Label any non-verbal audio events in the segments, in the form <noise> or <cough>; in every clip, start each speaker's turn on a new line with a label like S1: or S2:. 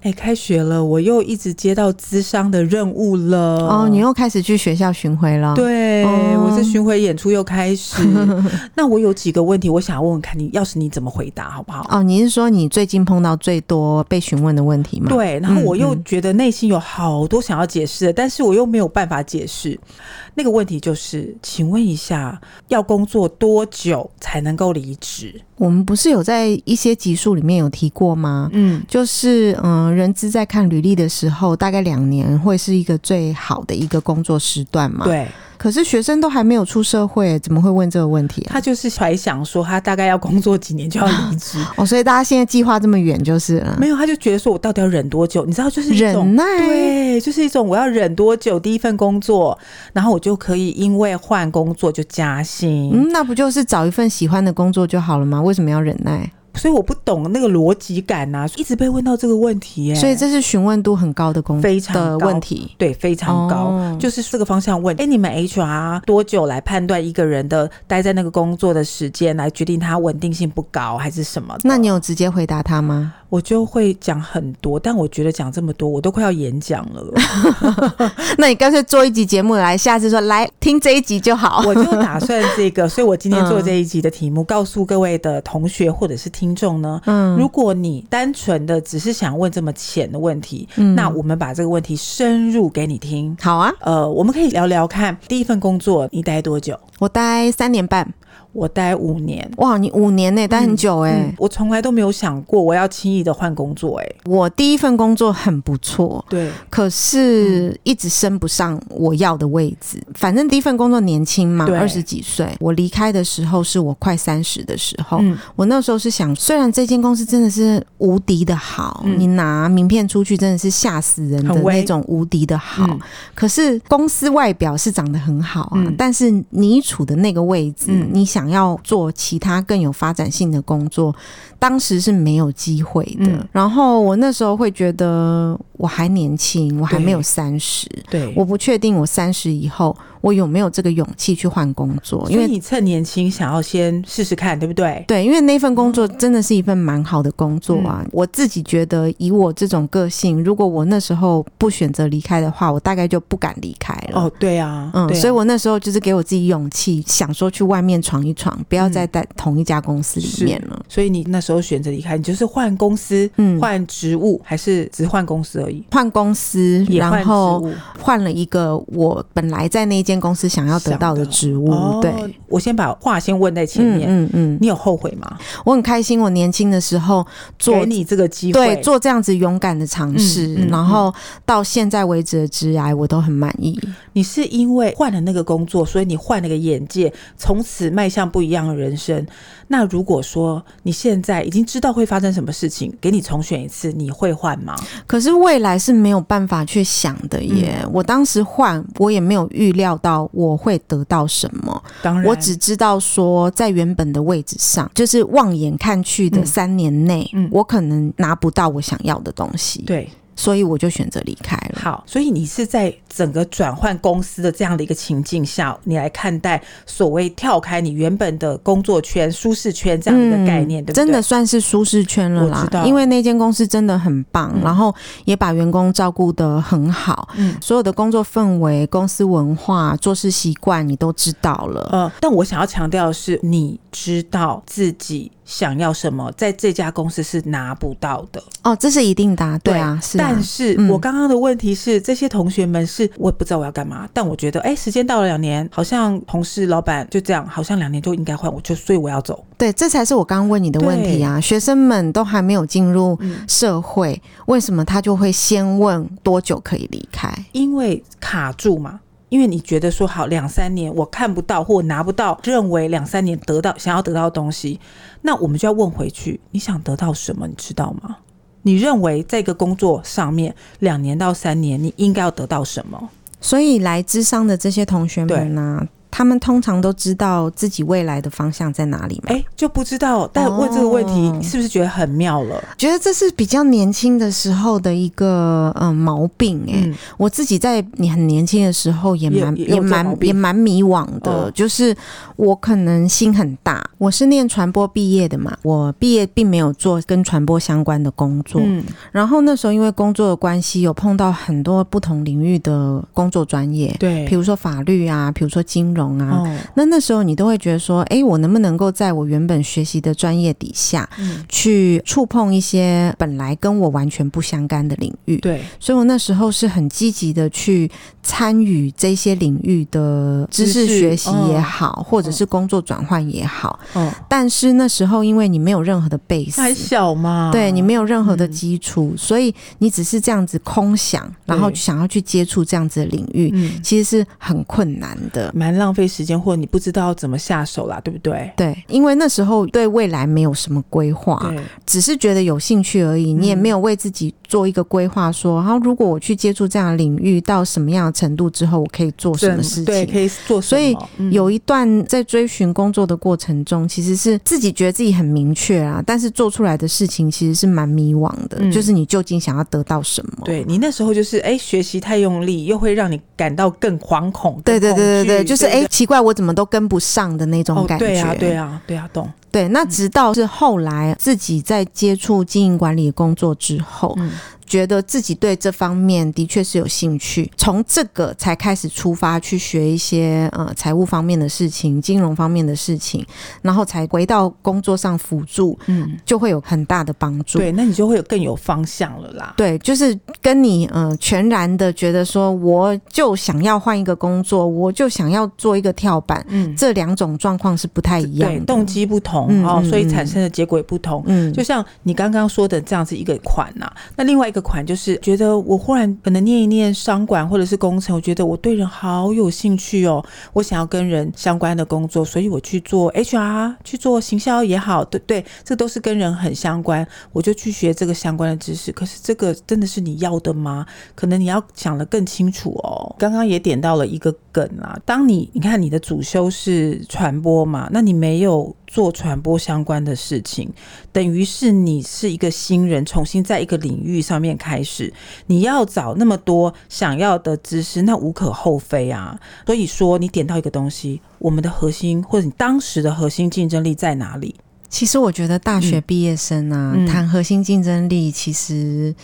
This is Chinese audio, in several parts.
S1: 哎，开学了，我又一直接到咨商的任务了。
S2: 哦你又开始去学校巡回了。，
S1: 对、
S2: 哦
S1: 我这巡回演出又
S2: <laughs>
S1: 开始。那我有几个问题，我想要问问看你，要是你怎么回答好不好？
S2: 哦，你是说你最近碰到最多被询问的问题吗？，
S1: 对，然后
S2: 嗯
S1: 我又
S2: 嗯
S1: 觉得内心有好多想要解释的，但是我又没有办法解释。那个问题就是，请问一下，要工作多久才能够离职？
S2: 我们不是有在一些集数里面有提过吗？
S1: 嗯，
S2: 就是嗯、呃人资在看履历的时候，大概两年会是一个最好的一个工作时段嘛。。
S1: 对。
S2: 可是学生都还没有出社会，怎么会问这个问题啊？
S1: 他就是怀想说，他大概要工作几年就要
S2: <laughs>
S1: 离职，
S2: 哦，所以大家现在计划这么远就是呃了。
S1: 没有，他就觉得说我到底要忍多久？你知道，就是一
S2: 忍
S1: 种
S2: 耐，
S1: 对，就是一种我要忍多久第一份工作，然后我就可以因为换工作就加薪。
S2: 嗯，那不就是找一份喜欢的工作就好了吗？为什么要忍耐？
S1: 所以我不懂那个逻辑感呐、一直被问到这个问题耶、
S2: 所以这是询问度很高的工
S1: 非常
S2: 的
S1: 高
S2: 问题。
S1: 对非常高。
S2: 哦
S1: 就是这个方向问，哎，你们 HR 多久来判断一个人的待在那个工作的时间，来决定他稳定性不高还是什么的？
S2: 那你有直接回答他吗？
S1: 我就会讲很多，但我觉得讲这么多，我都快要演讲了。嗯
S2: 那你干脆做一集节目来，下次说来听这一集就好。
S1: 我就打算这个，所以我今天做这一集的题目，告诉各位的同学或者是听众呢，
S2: 嗯
S1: 如果你单纯的只是想问这么浅的问题，
S2: 嗯
S1: 那我们把这个问题深入给你听。
S2: <laughs> 好啊，
S1: 呃，我们可以聊聊看，第一份工作你待多久？
S2: 我待三年半，
S1: 我待五年。
S2: 哇，你五年呢、待很久哎、
S1: 嗯，我从来都没有想过我要轻易的换工作、哎，
S2: 我第一份工作很不错，
S1: 对，
S2: 可是一直升不上我要的位置。反正第一份工作年轻嘛，
S1: 对
S2: 二十几岁，我离开的时候是我快三十的时候。
S1: 嗯，
S2: 我那时候是想，虽然这间公司真的是无敌的好，
S1: 嗯
S2: 你拿名片出去真的是吓死人的
S1: 很威
S2: 那种无敌的好，
S1: 嗯
S2: 可是公司外表是长得很好啊，
S1: 嗯
S2: 但是你处的那个位置，
S1: 嗯
S2: 你想要做其他更有发展性的工作，当时是没有机会的。
S1: 嗯
S2: 然后我那时候会觉得我还年轻，我还
S1: 对
S2: 没有三十。
S1: 对，
S2: 我不确定我三十以后我有没有这个勇气去换工作，因
S1: 因为
S2: 为
S1: 你趁年轻想要先试试看，对不对？
S2: 对，因为那份工作真的是一份蛮好的工作啊。
S1: 嗯
S2: 我自己觉得，以我这种个性，如果我那时候不选择离开的话，我大概就不敢离开了。
S1: 哦，对啊，
S2: 嗯，
S1: 对啊
S2: 所以我那时候就是给我自己勇气，想说去外面闯一闯，不要再
S1: 嗯
S2: 在同一家公司里面了。
S1: 所以你那时候选择离开，你就是换公司、
S2: 嗯，
S1: 换职务，还是只换公司而已？
S2: 换公司，
S1: 也换
S2: 嗯然
S1: 职
S2: 后嗯
S1: 务。
S2: 换了一个我本来在那间公司想要得到的职务。
S1: 哦
S2: 对，，
S1: 我先把话先问在前
S2: 嗯
S1: 面。
S2: 嗯嗯，
S1: 你有后悔吗？
S2: 我很开心，我年轻的时候做
S1: 给你这个机会，
S2: 对，做这样子勇敢的尝试，
S1: 嗯嗯
S2: 然后到现在为止的职涯，我都很满意。
S1: 你是因为换了那个工作，所以你换了个眼界，从此迈向不一样的人生。那如果说你现在已经知道会发生什么事情，给你重选一次，你会换吗？
S2: 可是未来是没有办法去想的耶。
S1: 嗯
S2: 我当时换，我也没有预料到我会得到什么，
S1: 当然，
S2: 我只知道说，在原本的位置上，就是望眼看去的
S1: 嗯
S2: 三年内，
S1: 嗯
S2: 我可能拿不到我想要的东西，
S1: 对
S2: 所以我就选择离开了。
S1: 好，所以你是在整个转换公司的这样的一个情境下，你来看待所谓跳开你原本的工作圈、舒适圈这样的一个概念，
S2: 嗯
S1: 对不对？
S2: 真的算是舒适圈了
S1: 我知
S2: 啦。
S1: 道
S2: 因为那间公司真的很棒，
S1: 嗯
S2: 然后也把员工照顾得很好，
S1: 嗯
S2: 所有的工作氛围、公司文化、做事习惯你都知道了。
S1: 呃，但我想要强调的是，你知道自己想要什么，在这家公司是拿不到的。
S2: 哦，这是一定的、啊，对啊，是啊
S1: 但是、
S2: 嗯
S1: 我刚刚的问题是，这些同学们是我也不知道我要干嘛，但我觉得，哎，时间到了两年，好像同事、老板就这样，好像两年就应该换，我就所以我要走。
S2: 对，这才是我刚刚问你的问题啊。学生们都还没有进入社会，为什么他就会先问多久可以离开？
S1: 因为卡住嘛，因为你觉得说好两三年我看不到或拿不到，认为两三年得到想要得到的东西，那我们就要问回去，你想得到什么？你知道吗？你认为在一个工作上面两年到三年，你应该要得到什么？
S2: 所以来智商的这些同学们呢、他们通常都知道自己未来的方向在哪里嘛？
S1: 哎、就不知道。但问这个问题，
S2: 哦
S1: 你是不是觉得很妙了？
S2: 觉得这是比较年轻的时候的一个嗯毛病哎、
S1: 嗯，
S2: 我自己在你很年轻的时候也蛮
S1: 也也有
S2: 也
S1: 这毛
S2: 蛮
S1: 病
S2: 也蛮迷惘的，
S1: 嗯
S2: 就是我可能心很大，我是念传播毕业的嘛，我毕业并没有做跟传播相关的工作，
S1: 嗯
S2: 然后那时候因为工作的关系，有碰到很多不同领域的工作专业，
S1: 对，
S2: 比如说法律啊，比如说金融啊。
S1: 哦，
S2: 那那时候你都会觉得说，诶，我能不能够在我原本学习的专业底下，
S1: 嗯，
S2: 去触碰一些本来跟我完全不相干的领域？
S1: 对，
S2: 所以我那时候是很积极的去参与这些领域的知识
S1: 知识
S2: 学习也
S1: 嗯
S2: 好，或者是工作转换也好。
S1: 哦，
S2: 但是那时候因为你没有任何的 base，
S1: 还小嘛，
S2: 对你没有任何的
S1: 哦嗯
S2: 基础，所以你只是这样子空想，然后
S1: 对
S2: 想要去接触这样子的领域，
S1: 嗯，
S2: 其实是很困难的。
S1: 蛮浪费时间，或者你不知道怎么下手啦，对不对？
S2: 对，因为那时候对未来没有什么规划，
S1: 对，
S2: 只是觉得有兴趣而已，你也
S1: 嗯
S2: 没有为自己做一个规划，说，然后如果我去接触这样的领域到什么样的程度之后，我可以做什么事
S1: 对，
S2: 情。
S1: 可以做什么，
S2: 所以
S1: 嗯
S2: 有一段在追寻工作的过程中，其实是自己觉得自己很明确啊，但是做出来的事情其实是蛮迷惘的，
S1: 嗯
S2: 就是你究竟想要得到什么？
S1: 对你那时候就是哎、学习太用力，又会让你感到更惶恐。
S2: 对对
S1: 更恐
S2: 对对对，
S1: 惧
S2: 就是哎、
S1: 对
S2: 诶奇怪，我怎么都跟不上的那种
S1: 哦，
S2: 感觉。
S1: 对啊，对啊，对啊，懂。
S2: 对那直到是后来自己在接触经营管理工作之后，
S1: 嗯
S2: 觉得自己对这方面的确是有兴趣，从这个才开始出发去学一些呃财务方面的事情、金融方面的事情，然后才回到工作上辅助，
S1: 嗯，
S2: 就会有很大的帮助。
S1: 对，那你就会有更有方向了啦。
S2: 对，就是跟你呃全然的觉得说，我就想要换一个工作，我就想要做一个跳板，
S1: 嗯，
S2: 这两种状况是不太一样
S1: 对，
S2: 的。
S1: 动机不同、
S2: 嗯
S1: 哦，
S2: 嗯
S1: 所以
S2: 嗯
S1: 产生的结果也不同。
S2: 嗯，
S1: 就像你刚刚说的这样子一个款呐、那另外一个款就是觉得我忽然可能念一念商管或者是工程，我觉得我对人好有兴趣哦，我想要跟人相关的工作，所以我去做 HR，去做行销也好，对不对？这都是跟人很相关，我就去学这个相关的知识。可是这个真的是你要的吗？可能你要想得更清楚哦。刚刚也点到了一个梗啊，当你你看你的主修是传播嘛，那你没有做传播相关的事情，等于是你是一个新人，重新在一个领域上面开始，你要找那么多想要的知识，那无可厚非啊。所以说，你点到一个东西，我们的核心或者你当时的核心竞争力在哪里？
S2: 其实我觉得大学毕业生啊，
S1: 嗯嗯
S2: 谈核心竞争力其实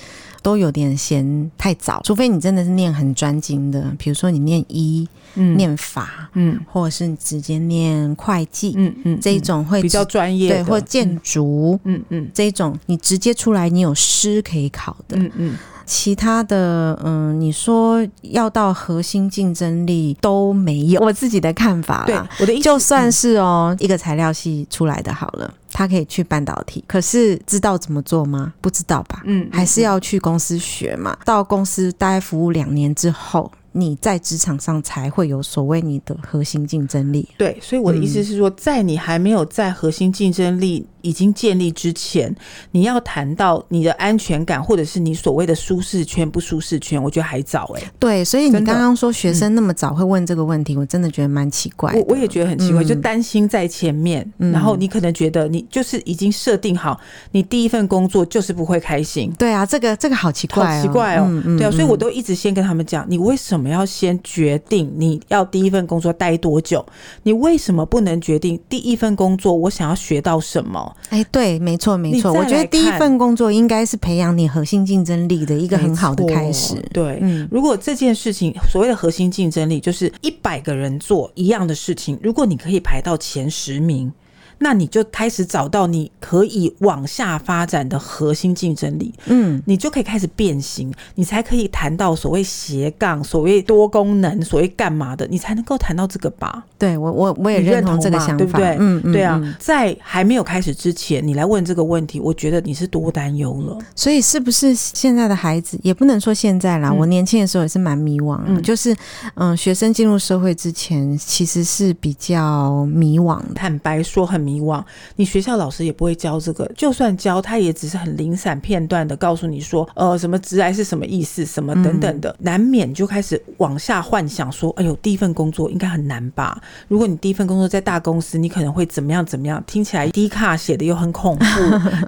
S2: 都有点嫌太早，除非你真的是念很专精的，比如说你念医、
S1: 嗯
S2: 念法，
S1: 嗯
S2: 或者是你直接念会计、
S1: 嗯嗯
S2: 这一种会
S1: 比较
S2: 直
S1: 专业
S2: 对，
S1: 的，
S2: 或建筑。
S1: 嗯嗯
S2: 这一种你直接出来，你有师可以考的。
S1: 嗯嗯
S2: 其他的，嗯，你说要到核心竞争力都没有，我自己的看法
S1: 对
S2: 啦。，
S1: 我的意思
S2: 就算是哦，一个材料系出来的好了，他可以去半导体，可是知道怎么做吗？不知道吧，
S1: 嗯
S2: 还是要去公司学嘛。到公司大概服务两年之后，你在职场上才会有所谓你的核心竞争力。
S1: 对，所以我的意思
S2: 嗯
S1: 是说，在你还没有在核心竞争力已经建立之前，你要谈到你的安全感，或者是你所谓的舒适圈不舒适圈，我觉得还早哎、
S2: 对，所以你
S1: 真的
S2: 刚刚说学生那么早会问这个问题，我真的觉得蛮奇怪的。
S1: 我我也觉得很奇怪，
S2: 嗯
S1: 就担心在前面，
S2: 嗯
S1: 然后你可能觉得你就是已经设定好，你第一份工作就是不会开心。
S2: 对啊，这个这个好奇怪、哦，
S1: 好奇怪哦
S2: 嗯嗯
S1: 对啊，所以
S2: 嗯
S1: 我都一直先跟他们讲，你为什么要先决定你要第一份工作待多久？你为什么不能决定第一份工作我想要学到什么？
S2: 哎、对，没错，没
S1: 你
S2: 错。
S1: 再
S2: 我觉得
S1: 来
S2: 第一
S1: 看
S2: 份工作应该是培养你核心竞争力的一个很好的开始
S1: 没。错对，
S2: 嗯，
S1: 如果这件事情所谓的核心竞争力，就是一百个人做一样的事情，如果你可以排到前十名，那你就开始找到你可以往下发展的核心竞争力，
S2: 嗯，
S1: 你就可以开始变形，你才可以谈到所谓斜杠、所谓多功能、所谓干嘛的，你才能够谈到这个吧？
S2: 对我我我也
S1: 你认
S2: 认同这个
S1: 嘛
S2: 想
S1: 对不
S2: 法，
S1: 对
S2: 嗯嗯，
S1: 对啊
S2: 嗯，
S1: 在还没有开始之前，你来问这个问题，我觉得你是多担忧了。
S2: 所以是不是现在的孩子，也不能说现在啦，
S1: 嗯
S2: 我年轻的时候也是蛮迷惘的，
S1: 嗯
S2: 就是嗯、呃学生进入社会之前其实是比较迷惘的。
S1: 坦白说，很迷惘，你学校老师也不会教这个，就算教，他也只是很零散片段的告诉你说，呃，什么直癌是什么意思，什么等等的，难免就开始往下幻想说，哎呦，第一份工作应该很难吧？如果你第一份工作在大公司，你可能会怎么样怎么样？听起来低卡写的又很恐怖，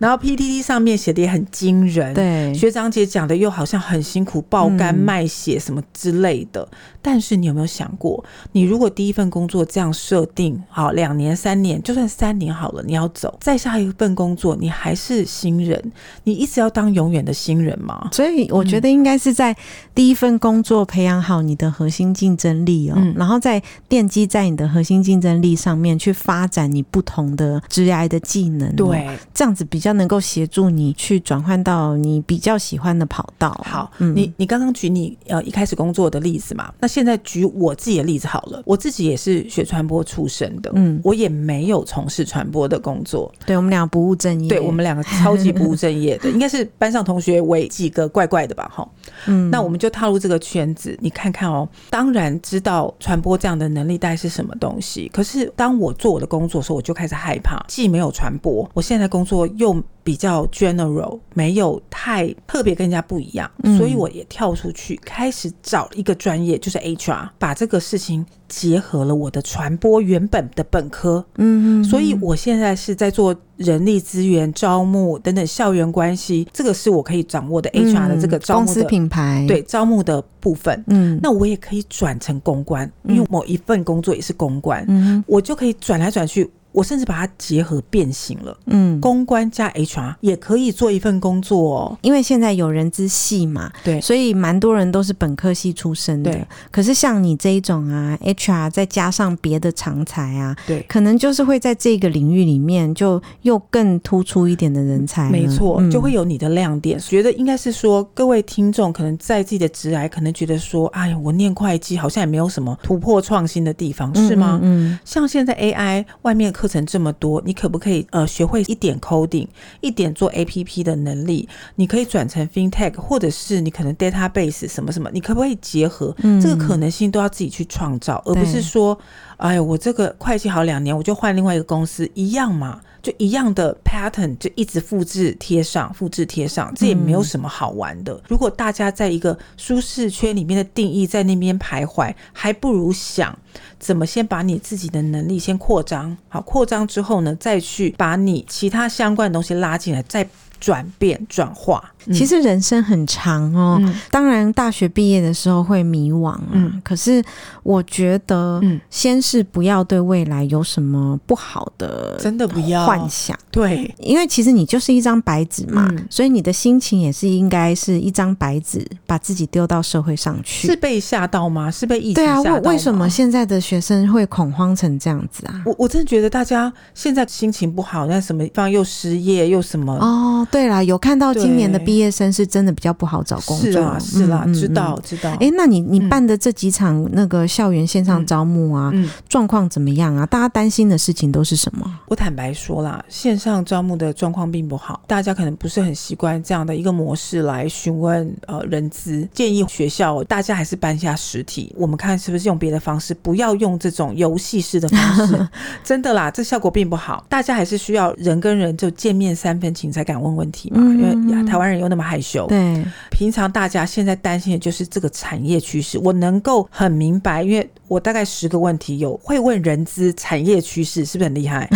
S1: 然后 PTT 上面写的也很惊人，
S2: 对
S1: 学长姐讲的又好像很辛苦，爆肝
S2: 嗯
S1: 卖血什么之类的。但是你有没有想过，你如果第一份工作这样设定，好两年、三年，就算三年好了，你要走，再下一份工作，你还是新人，你一直要当永远的新人吗？
S2: 所以我
S1: 嗯
S2: 觉得应该是在第一份工作培养好你的核心竞争力哦，
S1: 嗯
S2: 然后再奠基在你的核心竞争力上面去发展你不同的职涯的技能、，哦
S1: 对，
S2: 这样子比较能够协助你去转换到你比较喜欢的跑道。
S1: 好，
S2: 嗯
S1: 你你刚刚举你呃一开始工作的例子嘛，那现在举我自己的例子好了，我自己也是学传播出身的，
S2: 嗯
S1: 我也没有从事传播的工作，
S2: 对我们俩不务正业，
S1: 对我们两个超级不务正
S2: <laughs>
S1: 业的，应该是班上同学为几个怪怪的吧，哈。
S2: 嗯
S1: 那我们就踏入这个圈子，你看看哦。当然知道传播这样的能力带是什么东西，可是当我做我的工作的时候，我就开始害怕，既没有传播，我现在工作又比较 general，没有太特别跟人家不一样，
S2: 嗯
S1: 所以我也跳出去开始找一个专业，就是 HR，把这个事情结合了我的传播原本的本科，
S2: 嗯嗯，
S1: 所以我现在是在做人力资源招募等等校园关系，这个是我可以掌握的 HR 的这个
S2: 嗯
S1: 招
S2: 公
S1: 募
S2: 司
S1: 的、
S2: 品牌，，
S1: 对招募的部分。
S2: 嗯，
S1: 那我也可以转成公关，因为某一份工作也是公关，
S2: 嗯
S1: 我就可以转来转去。我甚至把它结合变形了，
S2: 嗯。
S1: 公关加 HR 也可以做一份工作哦。
S2: 因为现在有人之系嘛，
S1: 对
S2: 所以蛮多人都是本科系出身的
S1: 对。
S2: 可是像你这一种啊，HR 再加上别的常才啊，
S1: 对
S2: 可能就是会在这个领域里面就又更突出一点的人才了。
S1: 没错，
S2: 嗯
S1: 就会有你的亮点。觉得应该是说，各位听众可能在自己的职涯，可能觉得说，哎呀，我念会计好像也没有什么突破创新的地方，
S2: 嗯
S1: 是吗？
S2: 嗯，
S1: 像现在 AI 外面课程这么多，你可不可以呃学会一点 coding，一点做 APP 的能力？你可以转成 FinTech，或者是你可能 database 什么什么，你可不可以结合？
S2: 嗯
S1: 这个可能性都要自己去创造，而
S2: 对
S1: 不是说，哎呀，我这个会计好两年，我就换另外一个公司，一样嘛，就一样的 pattern 就一直复制贴上，复制贴上，这也
S2: 嗯
S1: 没有什么好玩的。如果大家在一个舒适圈里面的定义在那边徘徊，还不如想怎么先把你自己的能力先扩张，好，扩张之后呢，再去把你其他相关的东西拉进来，再转变转化。
S2: 其实人生很长哦。
S1: 嗯
S2: 当然，大学毕业的时候会迷惘啊。
S1: 嗯
S2: 可是我觉得，
S1: 嗯
S2: 先是不要对未来有什么不好的
S1: 真的不哦要
S2: 幻想。
S1: 对，
S2: 因为其实你就是一张白纸嘛，
S1: 嗯
S2: 所以你的心情也是应该是一张白纸，把自己丢到社会上去。
S1: 是被吓到吗？是被疫情
S2: 对
S1: 吓
S2: 啊，
S1: 到吗？
S2: 为为什么现在的学生会恐慌成这样子啊？
S1: 我我真的觉得大家现在心情不好，那什么地方又失业又什么，
S2: 哦，对啦，有看到今年的
S1: 对
S2: 毕业生是真的比较不好找工作，
S1: 是啦啊是啦，
S2: 嗯
S1: 知。道
S2: 嗯嗯
S1: 知道。
S2: 哎，那你你
S1: 嗯
S2: 办的这几场那个校园线上
S1: 嗯
S2: 招募啊，
S1: 嗯，
S2: 状况怎么样啊？大家担心的事情都是什么？
S1: 我坦白说啦，线上招募的状况并不好，大家可能不是很习惯这样的一个模式来询问呃人资，建议学校大家还是办一下实体，我们看是不是用别的方式，不要用这种游戏式的方
S2: <laughs>
S1: 式，真的啦，这效果并不好，大家还是需要人跟人就见面三分情才敢问问题嘛，
S2: 嗯
S1: 因为呀台湾人又那么害羞， <laughs>
S2: 对，
S1: 平常大家现在担心的就是这个产业趋势，我能够很明白，因为我大概十个问题有会问人资产业趋势，是不是很厉害？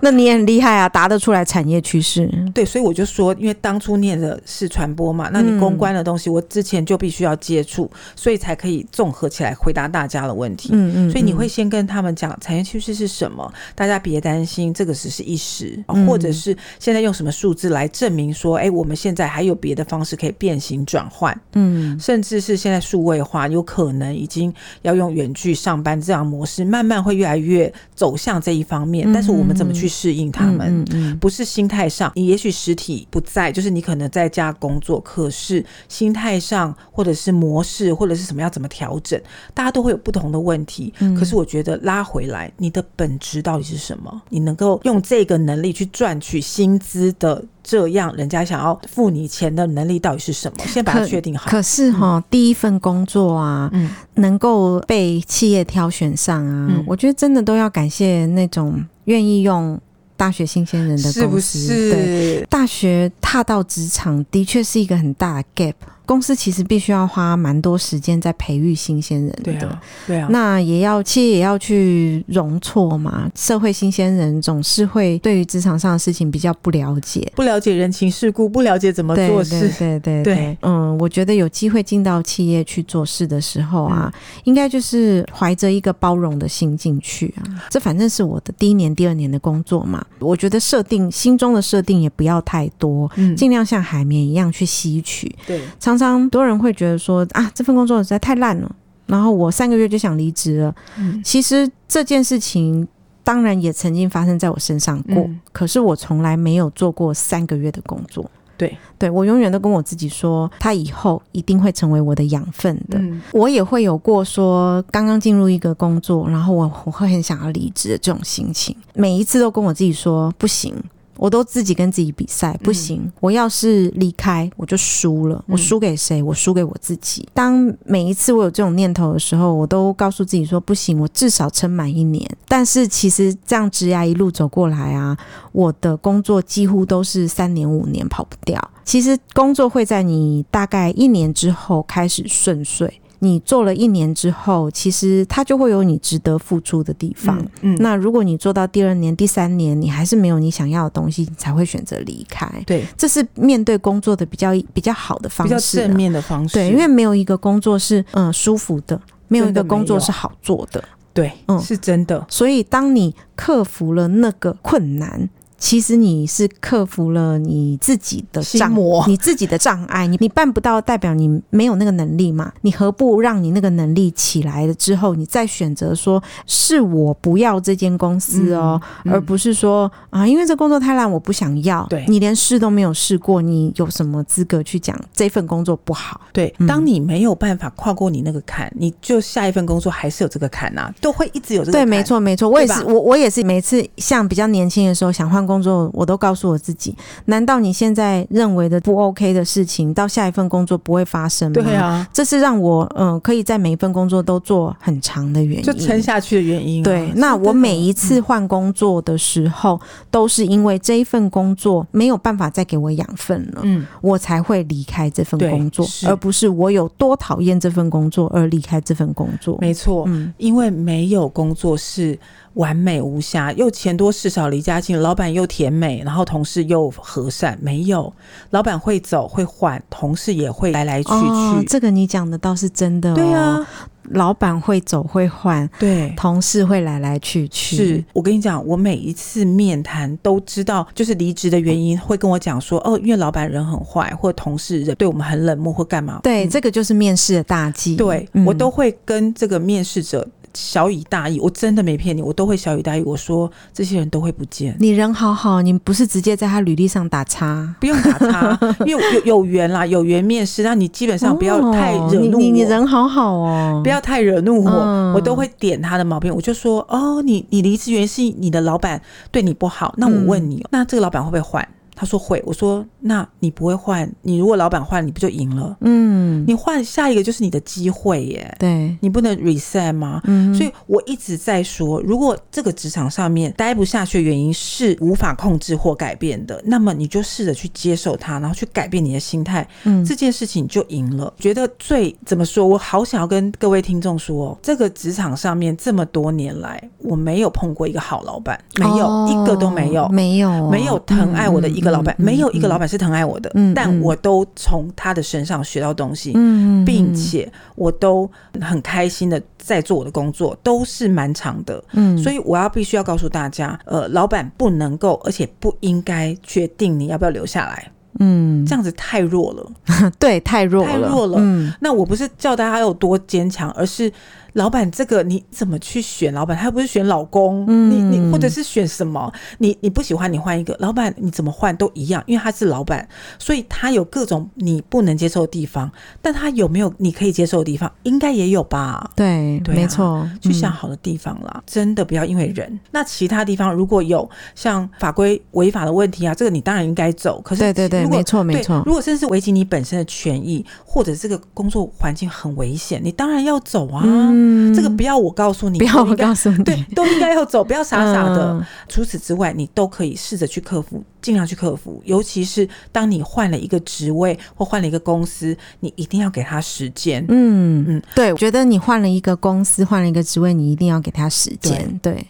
S2: 那你也很厉害啊，答得出来产业趋势。
S1: 对，所以我就说，因为当初念的是传播嘛，那你
S2: 嗯
S1: 公关的东西，我之前就必须要接触，所以才可以综合起来回答大家的问题。
S2: 嗯嗯，
S1: 所以你
S2: 嗯
S1: 会先跟他们讲产业趋势是什么，大家别担心，这个只是一时，
S2: 嗯
S1: 或者是现在用什么数字来证明说，哎，我们现在还有别的方式可以变形转换。
S2: 嗯
S1: 甚至是现在数位化，有可能已经要用远距上班这样模式，慢慢会越来越走向这一方面。
S2: 嗯
S1: 但是我们怎么去适应他们？
S2: 嗯嗯嗯
S1: 不是心态上，你也许实体不在，就是你可能在家工作，可是心态上或者是模式或者是什么要怎么调整，大家都会有不同的问题。
S2: 嗯
S1: 可是我觉得拉回来，你的本质到底是什么？你能够用这个能力去赚取薪资的。这样，人家想要付你钱的能力到底是什么？先把它
S2: 可
S1: 确定好。
S2: 可是哈、第一份工作啊，
S1: 嗯
S2: 能够被企业挑选上啊，
S1: 嗯
S2: 我觉得真的都要感谢那种愿意用大学新鲜人的
S1: 是
S2: 公
S1: 不
S2: 司，对，
S1: 是？
S2: 大学踏到职场的确是一个很大的 gap，公司其实必须要花蛮多时间在培育新鲜人的。
S1: 对啊，对啊，
S2: 那也要，企业也要去容错嘛。社会新鲜人总是会对于职场上的事情比较不了解，
S1: 不了解人情世故，不了解怎么
S2: 对
S1: 做
S2: 对
S1: 事，
S2: 对对
S1: 对
S2: 嗯，我觉得有机会进到企业去做事的时候啊，
S1: 嗯
S2: 应该就是怀着一个包容的心进去啊。这反正是我的第一年、第二年的工作嘛，我觉得设定心中的设定也不要太多，
S1: 嗯，
S2: 尽量像海绵一样去吸取。
S1: 对，
S2: 常常多人会觉得说啊，这份工作实在太烂了，然后我三个月就想离职了。
S1: 嗯
S2: 其实这件事情当然也曾经发生在我身上过，
S1: 嗯
S2: 可是我从来没有做过三个月的工作。
S1: 对，
S2: 对我永远都跟我自己说，他以后一定会成为我的养分的。
S1: 嗯
S2: 我也会有过说，刚刚进入一个工作，然后我我会很想要离职的这种心情。每一次都跟我自己说不行，我都自己跟自己比赛，不行，我要是离开我就输了，我输给谁？我输给我自己。当每一次我有这种念头的时候，我都告诉自己说不行，我至少撑满一年。但是其实这样职涯一路走过来啊，我的工作几乎都是三年五年跑不掉。其实工作会在你大概一年之后开始顺遂，你做了一年之后，其实它就会有你值得付出的地方。
S1: 嗯，
S2: 那如果你做到第二年、第三年，你还是没有你想要的东西，你才会选择离开。
S1: 对，
S2: 这是面对工作的比较比较好的方
S1: 比较
S2: 式啊、
S1: 正面的方式，
S2: 对，因为没有一个工作是嗯、呃舒服的，没有一
S1: 真
S2: 个
S1: 的
S2: 工作
S1: 没有
S2: 是好做的。
S1: 对，
S2: 嗯
S1: 是真的，
S2: 所以，当你克服了那个困难，其实你是克服了你自己的
S1: 心
S2: 障
S1: 魔
S2: 你自己的障碍。你你办不到，代表你没有那个能力嘛？你何不让你那个能力起来了之后，你再选择说是我不要这间公司哦，
S1: 嗯
S2: 而不是说啊，因为这工作太烂，我不想要。
S1: 对
S2: 你连试都没有试过，你有什么资格去讲这份工作不好？
S1: 对，当你没有办法跨过你那个坎，你就下一份工作还是有这个坎呐、都会一直有这个
S2: 对，
S1: 坎。
S2: 没，错，没错，我也
S1: 对
S2: 是，
S1: 吧
S2: 我我也是，每次像比较年轻的时候想换工作，我都告诉我自己：难道你现在认为的不 OK 的事情，到下一份工作不会发生吗？
S1: 对，啊，
S2: 这是让我嗯、呃可以在每一份工作都做很长的原因。
S1: 就撑下去的原因啊、
S2: 对
S1: 是，
S2: 那
S1: 真的嗯
S2: 我每一次换工作的时候，都是因为这一份工作没有办法再给我养分了，
S1: 嗯，
S2: 我才会离开这份
S1: 对
S2: 工作，
S1: 是
S2: 而不是我有多讨厌这份工作而离开这份工作。
S1: 没错，
S2: 嗯
S1: 因为没有工作是完美无瑕，又钱多事少离家近，老板又甜美，然后同事又和善，没有老板会走会换，同事也会来来去去。
S2: 哦，这个你讲的倒是真的、哦。
S1: 对啊，
S2: 老板会走会换，
S1: 对。
S2: 同事会来来去去。
S1: 是，我跟你讲，我每一次面谈都知道，就是离职的原因，会跟我讲说，哦，因为老板人很坏，或同事人对我们很冷漠，或干嘛。
S2: 对，这个就是面试的大忌。
S1: 嗯对、
S2: 嗯
S1: 我都会跟这个面试者小以大意，我真的没骗你，我都会小以大意，我说这些人都会不见。
S2: <laughs> 你人好好，你不是直接在他履历上打叉。
S1: 不用打他，因为有有缘啦，有缘面试，那你基本上不要太
S2: 哦
S1: 惹
S2: 你
S1: 怒我，
S2: 你你人好好哦，
S1: 不要太惹怒我，
S2: 嗯
S1: 我都会点他的毛病，我就说哦，你你离职原因是你的老板对你不好，那我
S2: 嗯
S1: 问你，哦那这个老板会不会换？他说会，我说那你不会换，你如果老板换，你不就赢了？
S2: 嗯，
S1: 你换下一个就是你的机会耶，
S2: 对，
S1: 你不能 reset 吗？
S2: 嗯，
S1: 所以我一直在说，如果这个职场上面待不下去的原因是无法控制或改变的，那么你就试着去接受它，然后去改变你的心态，
S2: 嗯
S1: 这件事情就赢了。觉得最怎么说，我好想要跟各位听众说，哦这个职场上面这么多年来，我没有碰过一个好老板，没有、
S2: 哦
S1: 一个都没有。
S2: 没有哦，
S1: 没有疼爱我的一个老板，
S2: 嗯
S1: 没有一个老，板是疼爱我的，
S2: 嗯嗯
S1: 但我都从他的身上学到东西。
S2: 嗯嗯嗯嗯
S1: 并且我都很开心的在做我的工作，都是蛮长的。
S2: 嗯，
S1: 所
S2: 以
S1: 以我要必须要告诉大家，呃，老板不能够，而且不应该决定你要不要留下来，
S2: 嗯，
S1: 这样子太弱了。
S2: 对太弱了，
S1: 太弱了
S2: 嗯
S1: 那我不是叫大家有多坚强，而是老板这个你怎么去选老板？他又不是选老公，
S2: 嗯
S1: 你你或者是选什么？你你不喜欢你换一个老板，你怎么换都一样，因为他是老板，所以他有各种你不能接受的地方，但他有没有你可以接受的地方？应该也有吧。
S2: 对，
S1: 对啊
S2: 没错，
S1: 去
S2: 嗯
S1: 想好的地方啦，真的不要因为人。那其他地方如果有像法规违法的问题啊，这个你当然应该走。可是
S2: 对对对
S1: 如果
S2: 没错没
S1: 对
S2: 错
S1: 如果甚至危及你本身的权益，或者这个工作环境很危险，你当然要走啊。嗯，这个不要我告诉你，
S2: 不要
S1: 都应
S2: 我
S1: 该
S2: 告诉你，
S1: 对，都应该要走，不要傻傻的。
S2: 嗯
S1: 除此之外，你都可以试着去克服，尽量去克服。尤其是当你换了一个职位或换了一个公司，你一定要给他时间。
S2: 嗯
S1: 嗯
S2: 嗯，对，我觉得你换了一个公司，换了一个职位，你一定要给他时间，对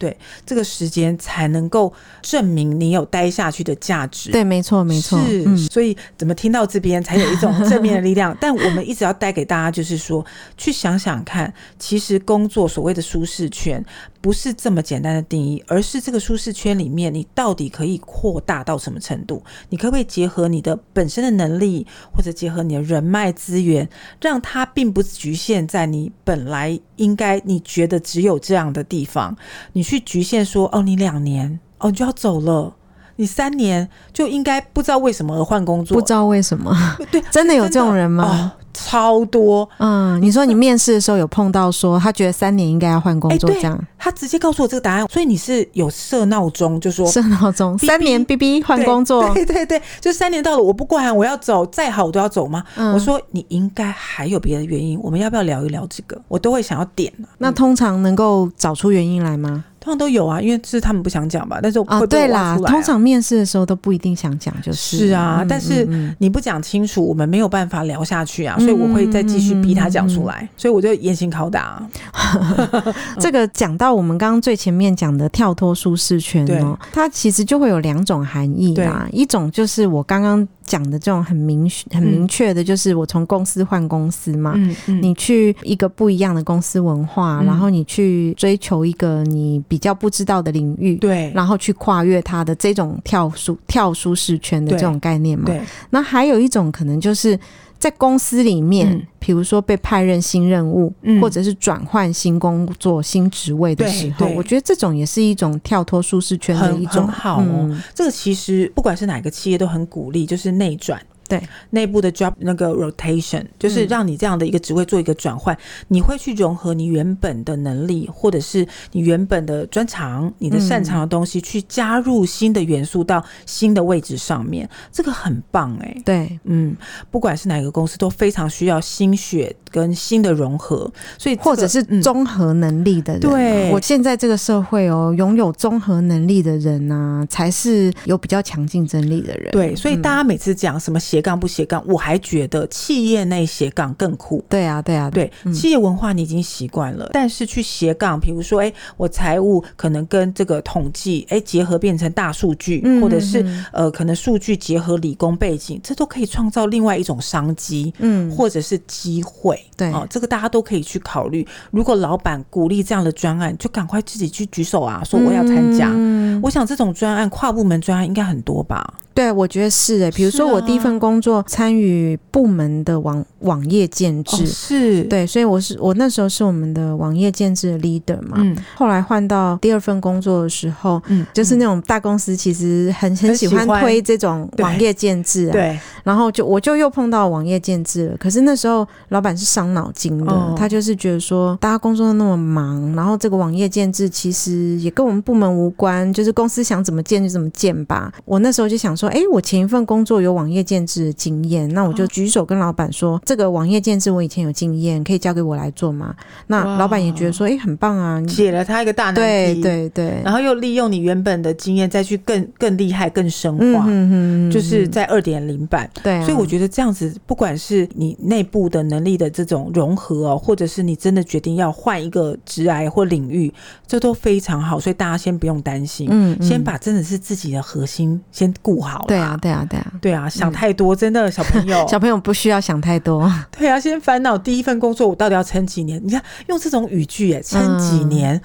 S1: 这个时间才能够证明你有待下去的价值。
S2: 对，没错没错，
S1: 是，
S2: 嗯
S1: 所以怎么听到这边才有一种正面的
S2: <laughs>
S1: 力量？但我们一直要带给大家，就是说，去想想看，其实工作所谓的舒适圈不是这么简单的定义，而是这个舒适圈里面，你到底可以扩大到什么程度？你可不可以结合你的本身的能力，或者结合你的人脉资源，让它并不局限在你本来应该你觉得只有这样的地方，你去局限说，哦，你两年，哦，你就要走了。你三年就应该不知道为什么而换工作，
S2: 不知道为什么，
S1: 对，
S2: <laughs> 真的有这种人吗？
S1: 哦，超多。
S2: 嗯，你说你面试的时候有碰到说他觉得三年应该要换工
S1: 哎
S2: 作
S1: 对
S2: 这样，
S1: 他直接告诉我这个答案，所以你是有设闹钟，就说
S2: 生闹钟
S1: 哔哔
S2: 三年 B B 换
S1: 对
S2: 工作，
S1: 对 <laughs> 对对，就三年到了，我不管，我要走，再好我都要走吗？
S2: 嗯
S1: 我说你应该还有别的原因，我们要不要聊一聊这个？我都会想要点啊，
S2: 那通常能够找出原因来吗？
S1: 通常都有啊，因为是他们不想讲吧，但是我会
S2: 啊，
S1: 被
S2: 对
S1: 我
S2: 啦
S1: 挖，出来啊、
S2: 通常面试的时候都不一定想讲，就是
S1: 是啊，
S2: 嗯
S1: 但是
S2: 嗯嗯嗯
S1: 你不讲清楚，我们没有办法聊下去啊，所以我会再继续逼他讲出来，所以我就严刑拷打啊、嗯
S2: 这个讲到我们刚刚最前面讲的跳脱舒适圈哦，它其实就会有两种含义啦。一种就是我刚刚讲的这种很明很明确的，就是我从公司换公司嘛。
S1: 嗯嗯
S2: 你去一个不一样的公司文化，
S1: 嗯
S2: 然后你去追求一个你比较不知道的领域，
S1: 对
S2: 然后去跨越它的这种跳舒跳舒适圈的
S1: 对
S2: 这种概念嘛。
S1: 对
S2: 那还有一种可能就是在公司里
S1: 嗯
S2: 面，比、如说被派任新任务，
S1: 嗯
S2: 或者是转换新工作、新职位的时候
S1: 对，对
S2: 我觉得这种也是一种跳脱舒适圈的
S1: 很
S2: 一种
S1: 很好哦
S2: 嗯
S1: 这个其实不管是哪个企业都很鼓励，就是内转。
S2: 对
S1: 内部的 job 那个 rotation，就是让你这样的一个职位做一个转换，你会去融合你原本的能力，或者是你原本的专长、你的擅长的东西，去加入新的元素到新的位置上面，这个很棒哎、
S2: 对，
S1: 嗯，不管是哪个公司，都非常需要新血跟新的融合，所以这个、
S2: 或者是啊
S1: 嗯
S2: 综合能力的人、
S1: 对
S2: 我现在这个社会哦，拥有综合能力的人啊，才是有比较强竞争力的人。
S1: 对，所以
S2: 嗯
S1: 大家每次讲什么斜杠不斜杠，我还觉得企业内斜杠更酷。
S2: 对啊，对啊，
S1: 对，企业文化你已经习惯了，但是去斜杠，比如说，哎，我财务可能跟这个统计，哎，结合变成大数据，
S2: 嗯
S1: 或者是
S2: 嗯
S1: 呃，可能数据结合理工背景，这都可以创造另外一种商机。
S2: 嗯，
S1: 或者是机会，
S2: 对
S1: 哦，这个大家都可以去考虑。如果老板鼓励这样的专案，就赶快自己去举手啊，说我要参加。
S2: 嗯
S1: 我想这种专案跨部门专案应该很多吧？
S2: 对，我觉得是诶、比如说
S1: 是啊
S2: 我第一份工作参与部门的网网页建制，
S1: 哦是，，
S2: 对，所以我是我那时候是我们的网页建制的 leader 嘛。
S1: 嗯，
S2: 后来换到第二份工作的时候，
S1: 嗯
S2: 就是那种大公司其实很
S1: 很
S2: 很喜
S1: 喜
S2: 欢
S1: 欢
S2: 推这种
S1: 对
S2: 网页建制啊。
S1: 对，
S2: 然后就我就又碰到网页建制啊了，可是那时候老板是伤脑筋的，
S1: 哦
S2: 他就是觉得说大家工作都那么忙，然后这个网页建制其实也跟我们部门无关，就是公司想怎么建就怎么建吧。我那时候就想说，诶，我前一份工作有网页建制的经验，那
S1: 哦
S2: 我就举手跟老板说，这个网页建制我以前有经验，可以交给我来做吗？那
S1: 哇
S2: 老板也觉得说，诶，很棒啊，你
S1: 解了他一个大难
S2: 对
S1: 题，，
S2: 对对，
S1: 然后又利用你原本的经验再去更更厉害、更深化，
S2: 嗯
S1: 就是在二点零版。
S2: 对、啊，
S1: 所以我觉得这样子，不管是你内部的能力的这种融合哦，或者是你真的决定要换一个职涯或领域，这都非常好。所以大家先不用担心，
S2: 嗯嗯
S1: 先把真的是自己的核心先顾好啦哦
S2: 对啊，对啊，对啊。
S1: 对啊，想太多，真的小朋
S2: <laughs>，
S1: 友
S2: 小朋友不需要想太多，
S1: 对啊，先烦恼第一份工作我到底要撑几年？你看用这种语句，哎，撑几年，
S2: 嗯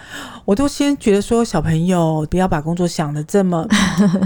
S1: 我都先觉得说小朋友不要把工作想的这么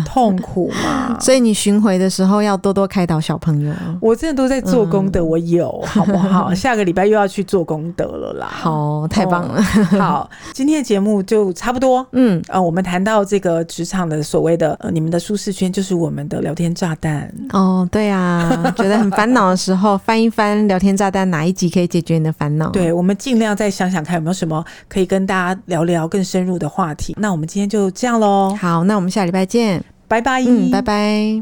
S1: 痛苦嘛。
S2: <laughs> 所以你巡回的时候要多多开导小朋友。
S1: 我真的都在做功德，我有好
S2: <laughs>
S1: 不好？下个礼拜又要去做功德了啦。
S2: 好，太棒了。
S1: 哦好，今天的节目就差不多。
S2: 嗯，
S1: 呃，我们谈到这个职场的所谓的、呃、你们的舒适圈，就是我们的聊天炸弹。
S2: 哦，对啊， <laughs> 觉得很烦恼的时候，翻一翻聊天炸弹哪一集可以解决你的烦恼？，
S1: 对，我们尽量再想想看有没有什么可以跟大家聊聊更深入的话题。那我们今天就这样喽，
S2: 好，那我们下礼拜见。
S1: 拜拜，
S2: 嗯，拜。拜。